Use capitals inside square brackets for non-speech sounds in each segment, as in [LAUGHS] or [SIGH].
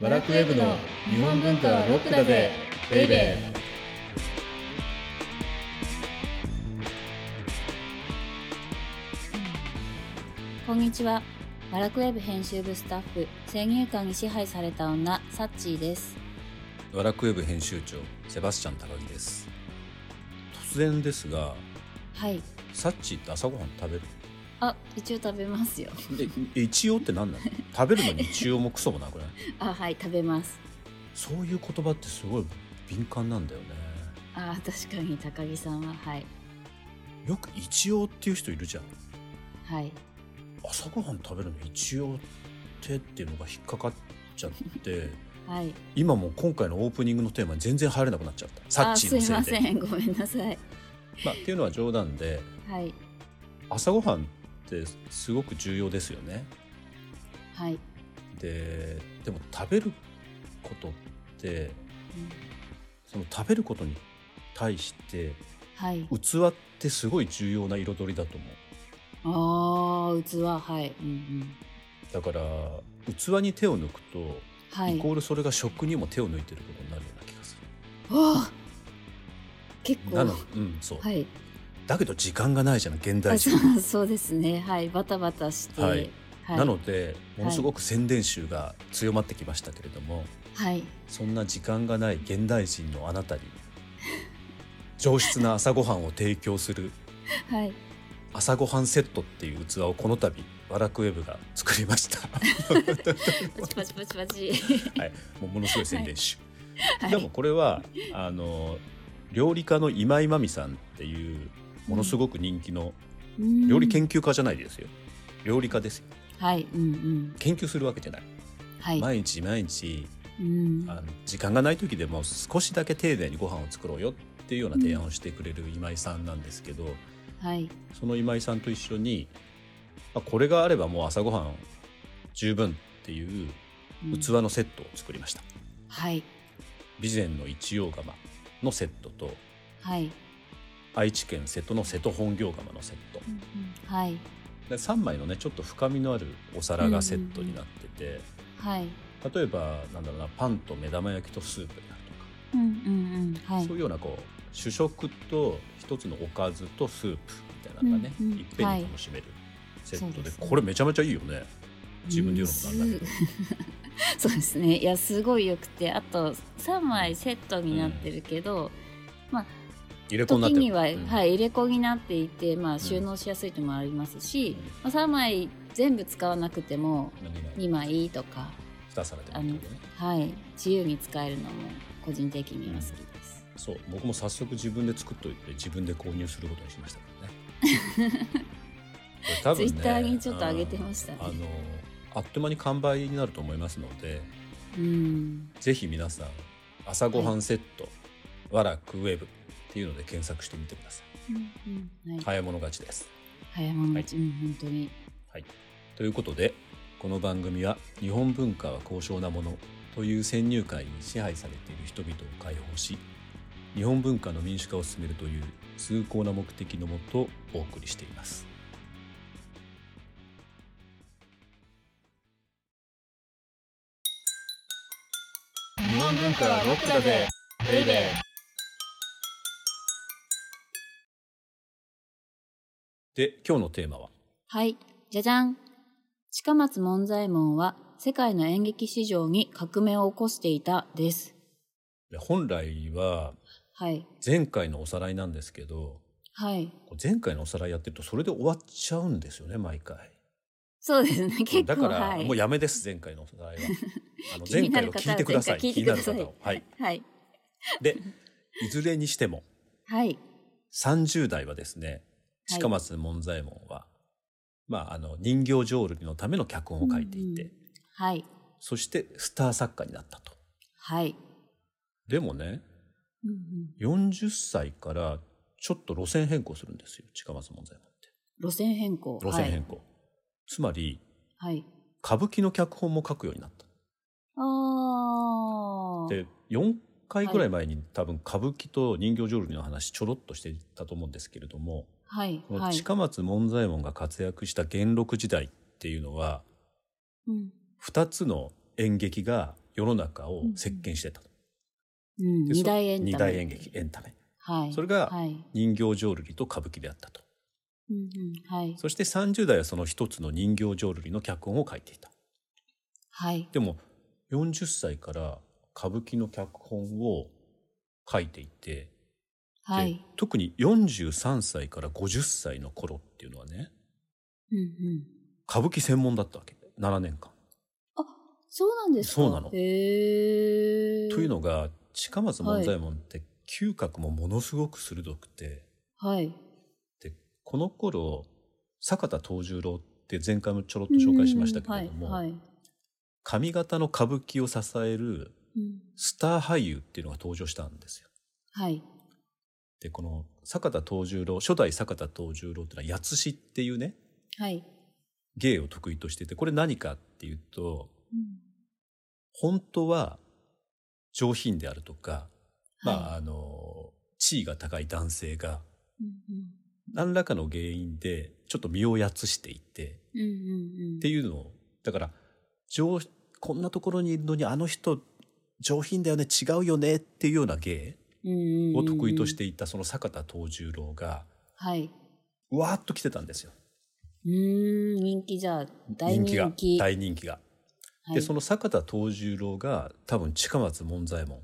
バラクウェブの日本文化はロックだぜベイベーこんにちは。バラクウェブ編集部スタッフ、先入観に支配された女、サッチーです。ワラクウェブ編集長セバスチャン高木です突然ですがはい。サッチーって朝ごはん食べるあ、一応食べますよ。え一応って何なの食べるのに一応もクソもなくない [LAUGHS] あ、はい、食べます。そういう言葉ってすごい敏感なんだよねあ、確かに高木さんは、はい。よく一応っていう人いるじゃんはい。朝ごはん食べるの一応ってっていうのが引っかかっちゃってはい。今もう今回のオープニングのテーマに全然入れなくなっちゃったサッあ、チすーのいませいせでん。ごめんなさい。まあ、っていうのは冗談ではい。朝ごはんってすごく重要ですよねはい。ででも食べることってその食べることに対してはい。器ってすごい重要な彩りだと思うあー、器、はい。うんうん。だから器に手を抜くと、はイいコ。ールそれが食にも手を抜いてることになるような気がすあ結る構。なのうんそう、はい。だけど時間がないじゃない現代あ人そ、う [LAUGHS] そうですね。はい。バタバタして。はいはいなのでものすごく宣伝集が強まってきましたけれども、はい。そんな時間がない現代人のあなたに上質な朝ごはんを提供するはい。朝ごはんセットっていう器をこの度ワラクウェブが作りました [LAUGHS] パチパチパチパチ。もうものすごい宣伝集、はいでもこれはあの料理家の今井真美さんっていうものすごく人気の料理研究家じゃないですよ、料理家ですよはい、うんうん、研究するわけじゃない、はい、毎日毎日うん、あの時間がない時でも少しだけ丁寧にご飯を作ろうよっていうような提案をしてくれる今井さんなんですけど、はい、その今井さんと一緒にあこれがあればもう朝ごはん十分っていううん器、のセットを作りましたはい、備前の一葉釜のセットとはい、愛知県瀬戸の瀬戸本行釜のセットはい、で3枚のねちょっと深みのあるお皿がセットになってて、はい、例えばなんだろうなパンと目玉焼きとスープになるとか、うんうんうん、はいそうい、うようなこう主食と一つのおかずとスープみたいなのがね、うんうんいっぺんに楽しめるセットそうで,、ですねこれめちゃめちゃいいよね自分で言うのもなんだけど。うんす [LAUGHS] そうですね、いやすごい良くて、あと三枚セットになってるけど、入れ子になっ時てるには、うんはい入れ子になっていて、まあ収納しやすいともありますし、まあ三枚全部使わなくても何が二枚とか、 2皿でもいいけどねはい自由に使えるのも個人的には好きです。そう僕も早速自分で作っといて自分で購入することにしましたからね [LAUGHS] これ多分ね Twitter にちょっと上げてましたねあのあっという間に完売になると思いますのでうん、ぜひ皆さん朝ごはんセット、わらくウェブっていうので検索してみてくださいうんうん、はい。早物勝ちです早物勝ち、うん、本当に。ということでこの番組は日本文化は高尚なものという先入観に支配されている人々を解放し日本文化の民主化を進めるという崇高な目的のもとお送りしています。日本文化はロックだぜベイベーで今日のテーマははい、じゃじゃん。近松門左衛門は世界の演劇市場に革命を起こしていたです。本来ははい、前回のおさらいなんですけどはい。前回のおさらいやってるとそれで終わっちゃうんですよね毎回。そうですね、結構だから、はい。もうやめです前回のおさらいは。あ [LAUGHS] の気前にな回るを方は聞いてください。前回聞いてください気になる方をはい。はい、でいずれにしてもはい、 30代はですねはい近松門左衛門は、まあ、あの人形浄瑠璃のための脚本を書いていて、うんはい、そしてスター作家になったと。はい。でもねうんうん40歳からちょっと路線変更するんですよ近松門左衛門って路線変更。路線変更、つまりはい。はい、歌舞伎の脚本も書くようになったあー。で4回ぐらい前に、多分歌舞伎と人形浄瑠璃の話ちょろっとしていたと思うんですけれども、はい、このはい。近松門左衛門が活躍した元禄時代っていうのはうん2つの演劇が世の中を席巻してたと。うん、でそ二大エンタメ。二大演劇、エンタメ。はい。それがはい。人形浄瑠璃と歌舞伎であったと。うんうん、はい。そして30代はその一つの人形浄瑠璃の脚本を書いていた。はい。でも40歳から歌舞伎の脚本を書いていて、はでい。特に43歳から50歳の頃っていうのはねうんうん。歌舞伎専門だったわけ7年間。そうなんですかそうなのへえ。というのが近松門左衛門って嗅覚もものすごく鋭くてはい。でこの頃坂田藤十郎って前回もちょろっと紹介しましたけれども、うんうんはい。はい上方の歌舞伎を支えるうんスター俳優っていうのが登場したんですよ。はい。でこの坂田藤十郎初代坂田藤十郎っていうのは八つ詩っていうねはい。芸を得意としててこれ何かっていうとうん本当は上品であるとか、まあはいあの地位が高い男性がうん何らかの原因でちょっと身をやつしていてうんうんうんうん。っていうのをだから上こんなところにいるのにあの人上品だよね違うよねっていうような芸うんを得意とし。ていたその坂田藤十郎がはい。わーっと来てたんですようーん、人気じゃあ、大人気。人気が大人気が。はいでその坂田藤十郎が多分近松門左衛門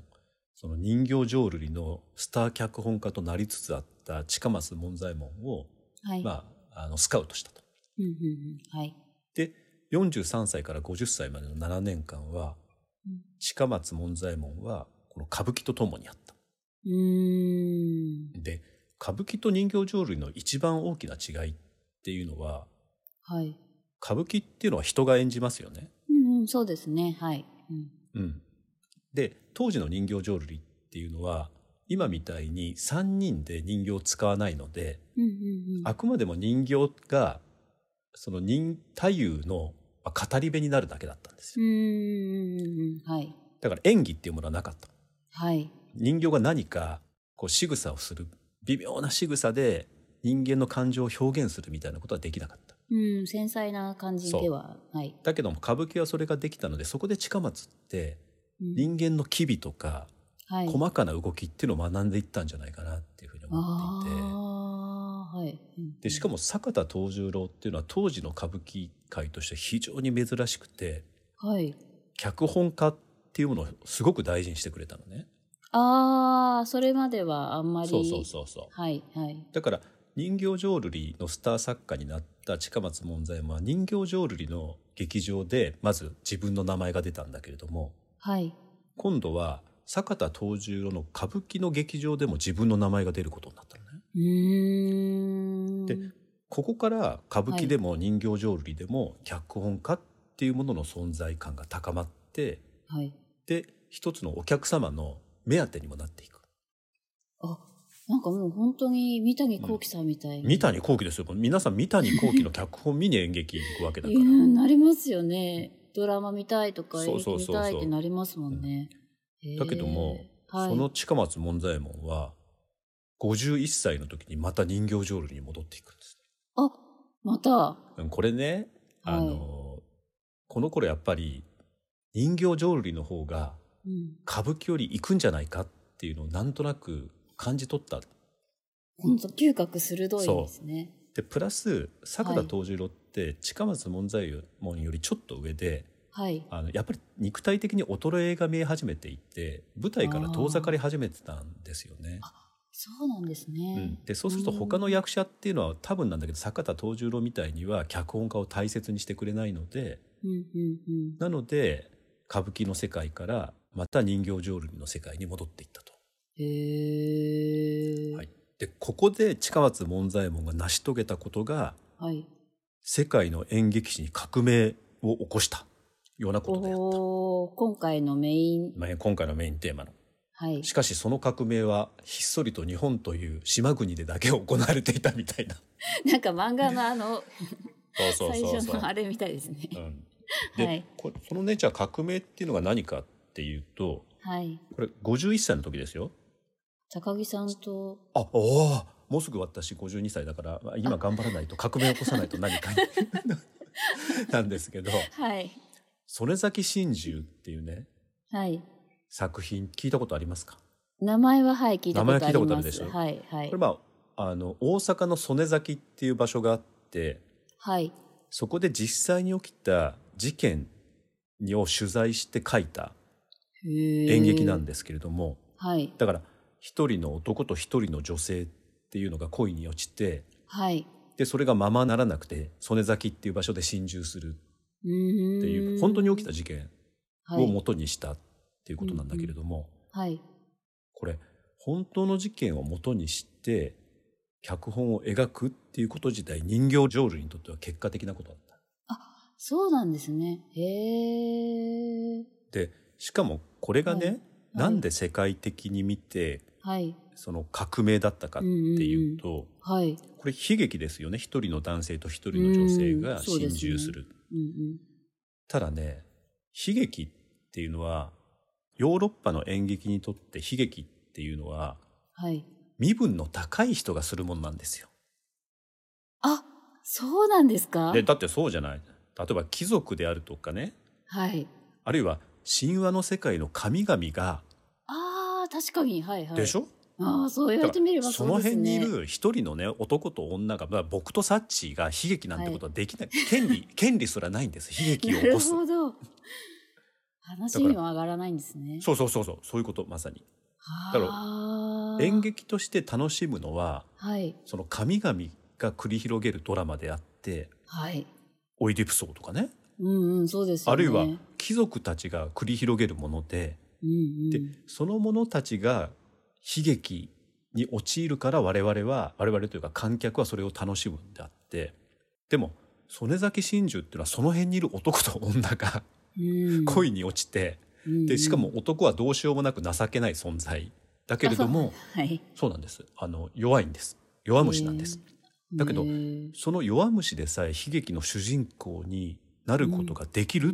その人形浄瑠璃のスター脚本家となりつつあった近松門左衛門を、はい。まあ、あのスカウトしたと。うんうんうん。はい。で43歳から50歳までの7年間はうん近松門左衛門はこの歌舞伎と共にあった。うーん。で歌舞伎と人形浄瑠璃の一番大きな違いっていうのははい。歌舞伎っていうのは人が演じますよね。うんうん、そうですね。はい。うんうん、で当時の人形浄瑠璃っていうのは今みたいに3人で人形を使わないのでうんうんうん。あくまでも人形がその人太夫のまあ語り部になるだけだったんですうよんうんうんうん。はい。だから演技っていうものはなかったはい。人形が何かこう仕草をする微妙な仕草で人間の感情を表現するみたいなことはできなかったうん、繊細な感じでは。はい。だけども歌舞伎はそれができたのでそこで近松ってうん人間の機微とかはい。細かな動きっていうのを学んでいったんじゃないかなっていうふうに思っていて、ああー、はい。うんでしかも坂田藤十郎っていうのは当時の歌舞伎界として非常に珍しくてはい。脚本家っていうものをすごく大事にしてくれたのね。ああ、それまではあんまり。そうそうそうそうはい、はい。だから人形浄瑠璃のスター作家になった近松門左衛門は人形浄瑠璃の劇場でまず自分の名前が出たんだけれどもはい。今度は坂田藤十郎の歌舞伎の劇場でも自分の名前が出ることになったのね。うーん。でここから歌舞伎でも人形浄瑠璃でも脚本家っていうものの存在感が高まってはい。で一つのお客様の目当てにもなっていくあ、なんかもう本当に三谷幸喜さんみたいに。三谷幸喜ですよ皆さん三谷幸喜の脚本見に演劇行くわけだかいらやなりますよね。ドラマ見たいとか、そう映そ画うそう見そうたいってなりますもんね。へーだけども、はい、その近松門左衛門は51歳の時にまた人形浄瑠璃に戻っていくんですあ、また。うんこれねあの、この頃やっぱり人形浄瑠璃の方がうん。歌舞伎より行くんじゃないかっていうのをなんとなく感じ取った本当嗅覚鋭いですね。でプラス作田はい藤十郎って近松門左衛門よりちょっと上で、はい。あのやっぱり肉体的に衰えが見え始めていて舞台から遠ざかり始めてたんですよね。そうなんですうねん。でそうすると他の役者っていうのは多分なんだけど坂田藤十郎みたいには脚本家を大切にしてくれないのでうんうんうん。なので歌舞伎の世界からまた人形浄瑠璃の世界に戻っていったと。へえ。はい、でここで近松門左衛門が成し遂げたことがはい。世界の演劇史に革命を起こしたようなことであったおー今回のメイン。まあ、今回のメインテーマのはい。 [LAUGHS] しかしその革命はひっそりと日本という島国でだけ行われていたみたいななんか漫画のあの、 [LAUGHS] そうそうそう最そう初のあれみたいですね。 [LAUGHS] うん、で、はいこれそのねじゃあ革命っていうのが何かっていうとはい。これ51歳の時ですよ高木さんと、あおーもうすぐ私52歳だからまあ今頑張らないと革命を起こさないと何かに [LAUGHS] なんですけどはい。曽根崎真珠っていうねはい。作品聞いたことありますか名前ははい聞いたことあり名前は聞いたことあまるす。でしょはいはいこれまああの大阪の曽根崎っていう場所があってはいそこで実際に起きた事件を取材して書いた演演劇なんで。ですけれども、はいだから一人の男と一人の女性っていうのが恋に落ちてはい。でそれがままならなくて曽根崎っていう場所で心中すっるてっていう本当に起きた事件たを元にしたっていうことなんだけれども、はいこれ本当の事件を元にして脚本を描くっていうこと自体人形浄瑠璃にとっては結果的なことだった。そうなんですね。へえ。でしかもこれがね、はいなんで世界的に見てはいその革命だったかっていうと、はい。これ悲劇ですよね一人の男性と一人の女性がうんそうで心すね中する。うんうん。ただね悲劇っていうのはヨーロッパの演劇にとって悲劇っていうのははい。身分の高い人がするもんなんですよ。あ、そうなんですか。でだってそうじゃない例えば貴族であるとかねはい。あるいは神話の世界の神々が、ああ確かにはいはい。でしょ。ょああそう言われだかてみれらばそそのうです辺にいね。る一人のね男と女が、まあ、僕とサッチーが悲劇なんてことはできない、権利権利すらないんです悲劇をな起るこすほど。話には上がらないんですね。そうそうそうそうそういうことまさにだからあー演劇として楽しむのははいその神々が繰り広げるドラマであってはい。オイディプソーとかねうんうんそうですよね。あるいは貴族たちが繰り広げるものでうんうん。でその者たちが悲劇に陥るから我々は我々というか観客はそれを楽しむんであってでも曽根崎真珠っていうのはその辺にいる男と女がうん恋に落ちて、うんうんでしかも男はどうしようもなく情けない存在だけれどもはい。そうなんですあの弱いんです弱虫なんです、だけどへーその弱虫でさえ悲劇の主人公になることができるっ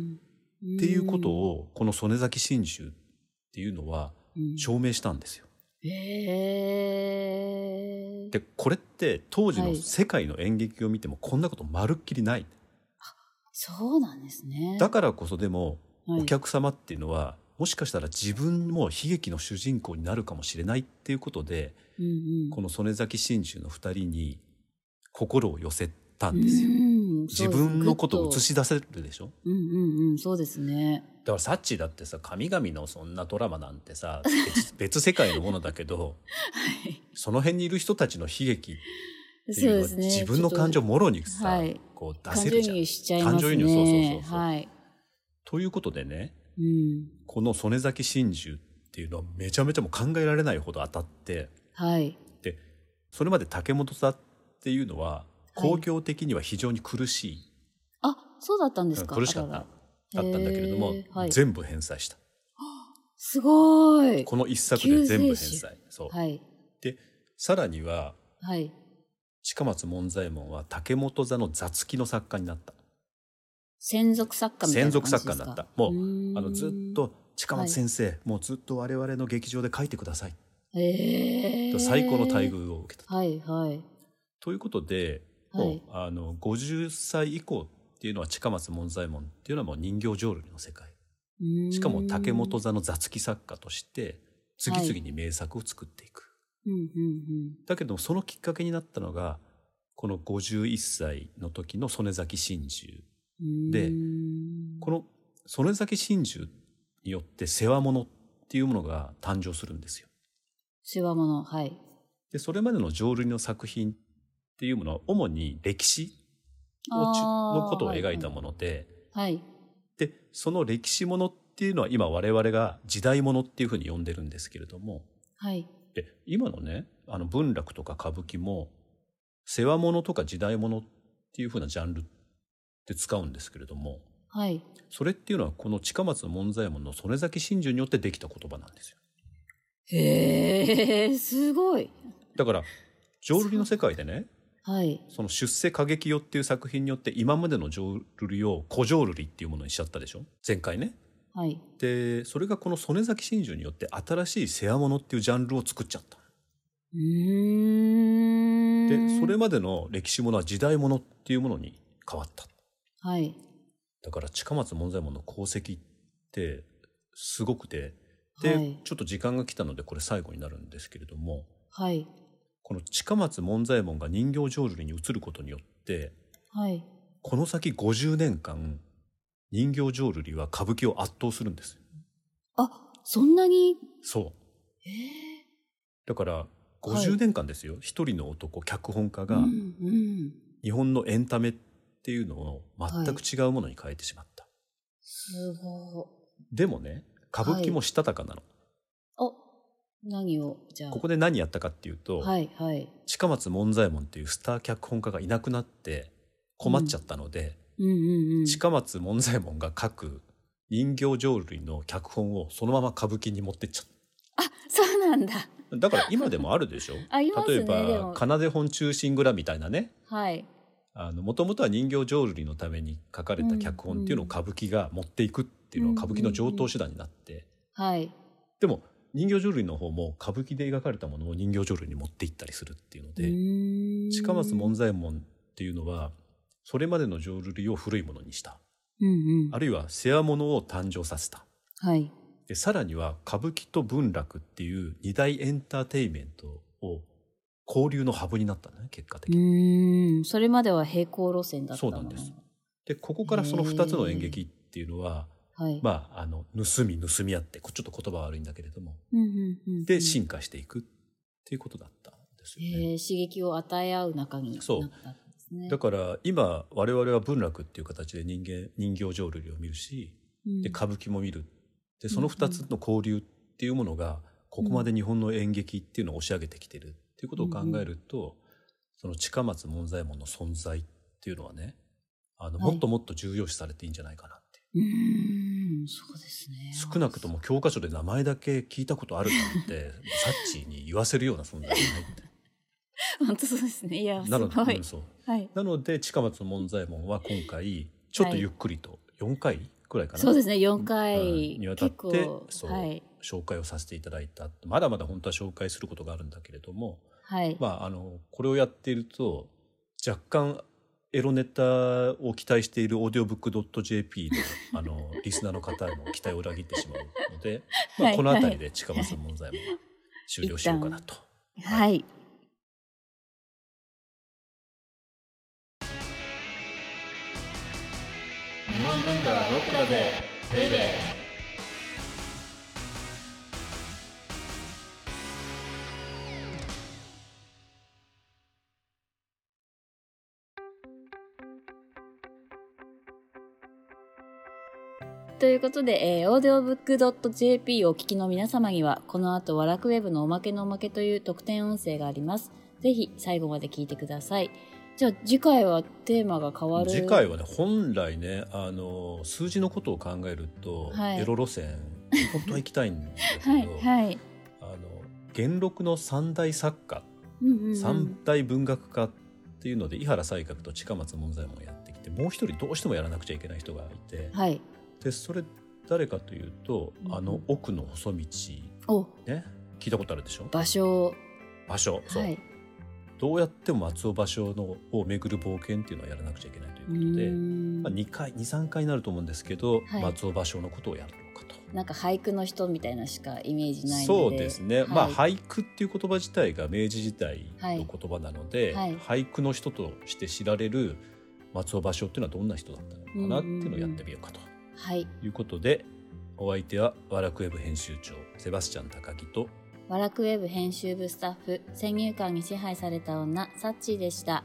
ていうことをこの曽根崎真珠っていうのはうん証明したんですよ。へーでこれって当時はのい世界の演劇を見てもこんなことまるっきりない、そうなんですね。だからこそでもはいお客様っていうのはもしかしたら自分も悲劇の主人公になるかもしれないっていうことでうんうんこの曽根崎真珠の2人に心を寄せたうんんですよ、そう自です分のことぐをっ映し出せるでしょうんうんうんそうですね。だからサッチーだってさ神々のそんなドラマなんてさ別 [LAUGHS] 別世界のものだけどはいその辺にいる人たちの悲劇っていそううのではすね。自分の感情をもろにさ、はいこうちょっ出と感せ情るじゃん移入しちゃいますね。感情移入そうそうそうそうはい。ということでねうんこの曽根崎真珠っていうのはめちゃめちゃもう考えられないほど当たってはいでそれまで竹本さんっていうのははい公共的には非常に苦しい、あそうだったんですか。苦しかったあららだったんだけれどもへ、ーはい全部返済したすごーい。この一作で全部返救世済そう、はいでさらにははい。近松門左衛門は竹本座の座付きの作家になった専属作家みたい専な感属じです作か。家になったもうーんあのずっと近松先生、もうずっと我々の劇場で書いてくださいへーと最高の待遇を受けたはいはいということで、はいもうあの50歳以降っていうのは近松門左衛門っていうのはもう人形浄瑠璃の世界うーんしかも竹本座の座付き作家として次々に名作を作っていく、うんうんうんだけどそのきっかけになったのがこの51歳の時の曽根崎真珠うーんでこの曽根崎真珠によって世話物っていうものが誕生するんですよ世話物はいでそれまでの浄瑠璃の作品っていうものは主に歴史をちあーのことを描いたもので、はいでその歴史ものっていうのは今我々が時代ものっていうふうに呼んでるんですけれどもはいで今のねあの文楽とか歌舞伎も世話物とか時代物っていうふうなジャンルって使うんですけれどもはいそれっていうのはこの近松門左衛門の曽根崎真珠によってできた言葉なんですよへえすごいだから浄瑠璃の世界でねはいその出世過激よっていう作品によって今までの浄瑠璃を古浄瑠璃っていうものにしちゃったでしょ前回ねはいでそれがこの曽根崎真珠によって新しい世話物っていうジャンルを作っちゃったうーんでそれまでの歴史ものは時代ものっていうものに変わったはいだから近松門左衛門の功績ってすごくてで、はいちょっと時間が来たのでこれ最後になるんですけれどもはいこの近松門左衛門が人形浄瑠璃に移ることによってはいこの先50年間人形浄瑠璃は歌舞伎を圧倒するんですよあそんなにそうえだからはい50年間ですよ一、人の男脚本家ー、うがんうん日本のエンタメっていうのを全く違うものに変えてしまった、すごいでもね歌舞伎もしたたかなの、お何をじゃあここで何やったかっていうと、はいはい近松門左衛門っていうスター脚本家がいなくなって困っちゃったので、うんうんうん近松門左衛門が書く人形浄瑠璃の脚本をそのまま歌舞伎に持ってっちゃっあそうなんだただから今でもあるでしょ [LAUGHS] ありますね例えでばも「奏で本忠臣蔵」みたいなねはいもともとは人形浄瑠璃のために書かれた脚本っていうのを歌舞伎が持っていくっていうのは歌舞伎の上等手段になって、はいでも人形浄瑠璃の方も歌舞伎で描かれたものを人形浄瑠璃に持っていったりするっていうので、近近松門左衛門っていうのはそれまでの浄瑠璃を古いものにしたうんうんあるいは世話物を誕生させたはいでさらには歌舞伎と文楽っていう二大エンターテインメントを交流のハブになったんだね結果的うに、ーんそれまでは平行路線だったそうのなんですでここからその2つの演劇っていうのははい、まああの盗み盗み合ってこちょっと言葉は悪いんだけれどもうんうんうんうんで進化していくっていうことだったんですえよね、ー刺激を与え合う中になったそうんですねだから今我々は文楽っていう形で人間人形浄瑠璃を見るしうんで歌舞伎も見るでそうんうのん2つの交流っていうものがここまで日本の演劇っていうのを押し上げてきてるっていうことを考えると、その近松門左衛門の存在っていうのはねあのはいもっともっと重要視されていいんじゃないかなって、うーんそうですね少なくとも教科書で名前だけ聞いたことあるなん [LAUGHS] てサッチーに言わせるような存在じゃないって本当そうですねいやすなのごで、いうんそうはいなので近松門左衛門は今回ちょっとゆっくりと4回くらいかな、そうですね4う回、んにわたっ結て構そうはい紹介をさせていただいたまだまだ本当は紹介することがあるんだけれども、はい、まあ、あのこれをやっていると若干エロネタを期待しているオーディオブック .jp の [LAUGHS] あのリスナーの方の期待を裏切ってしまうので、まはあ、いこの辺りで近松の問題も終了しようかなと。はい日本文化はロックだぜベイベーということで、えー、オーディオブックドット JP をお聞きの皆様には、この後、ワラクウェブのおまけのおまけという特典音声があります。ぜひ、最後まで聞いてください。じゃあ、次回はテーマが変わる。次回ははね本来ねあの数字のことを考えると、はいエロ路線本当は行きたいんだけ [LAUGHS] ど、はい、はい。あの元禄の三大作家うんうん、うん。三大文学家っていうので井原西鶴と近松門左衛門をやってきてもう一人どうしてもやらなくちゃいけない人がいてはい。でそれ誰かというとうんあの奥の細道お、ね聞いたことあるでしょ場所。場所そう、はい。どうやっても松尾芭蕉のを巡る冒険っていうのをやらなくちゃいけないといううことで、ーんまあ、2回23回になると思うんですけど、はい松尾芭蕉のことをやるのかと。なんか俳句の人みたいなしかイメージないので。そうですね、はいまあ俳句っていう言葉自体が明治時代の言葉なので、はい俳句の人として知られる松尾芭蕉っていうのはどんな人だったのかなっていうのをやってみようかとはい。いうことで、お相手はワラクウェブ編集長セバスチャン高木とワラクウェブ編集部スタッフ、先入観に支配された女、サッチーでした。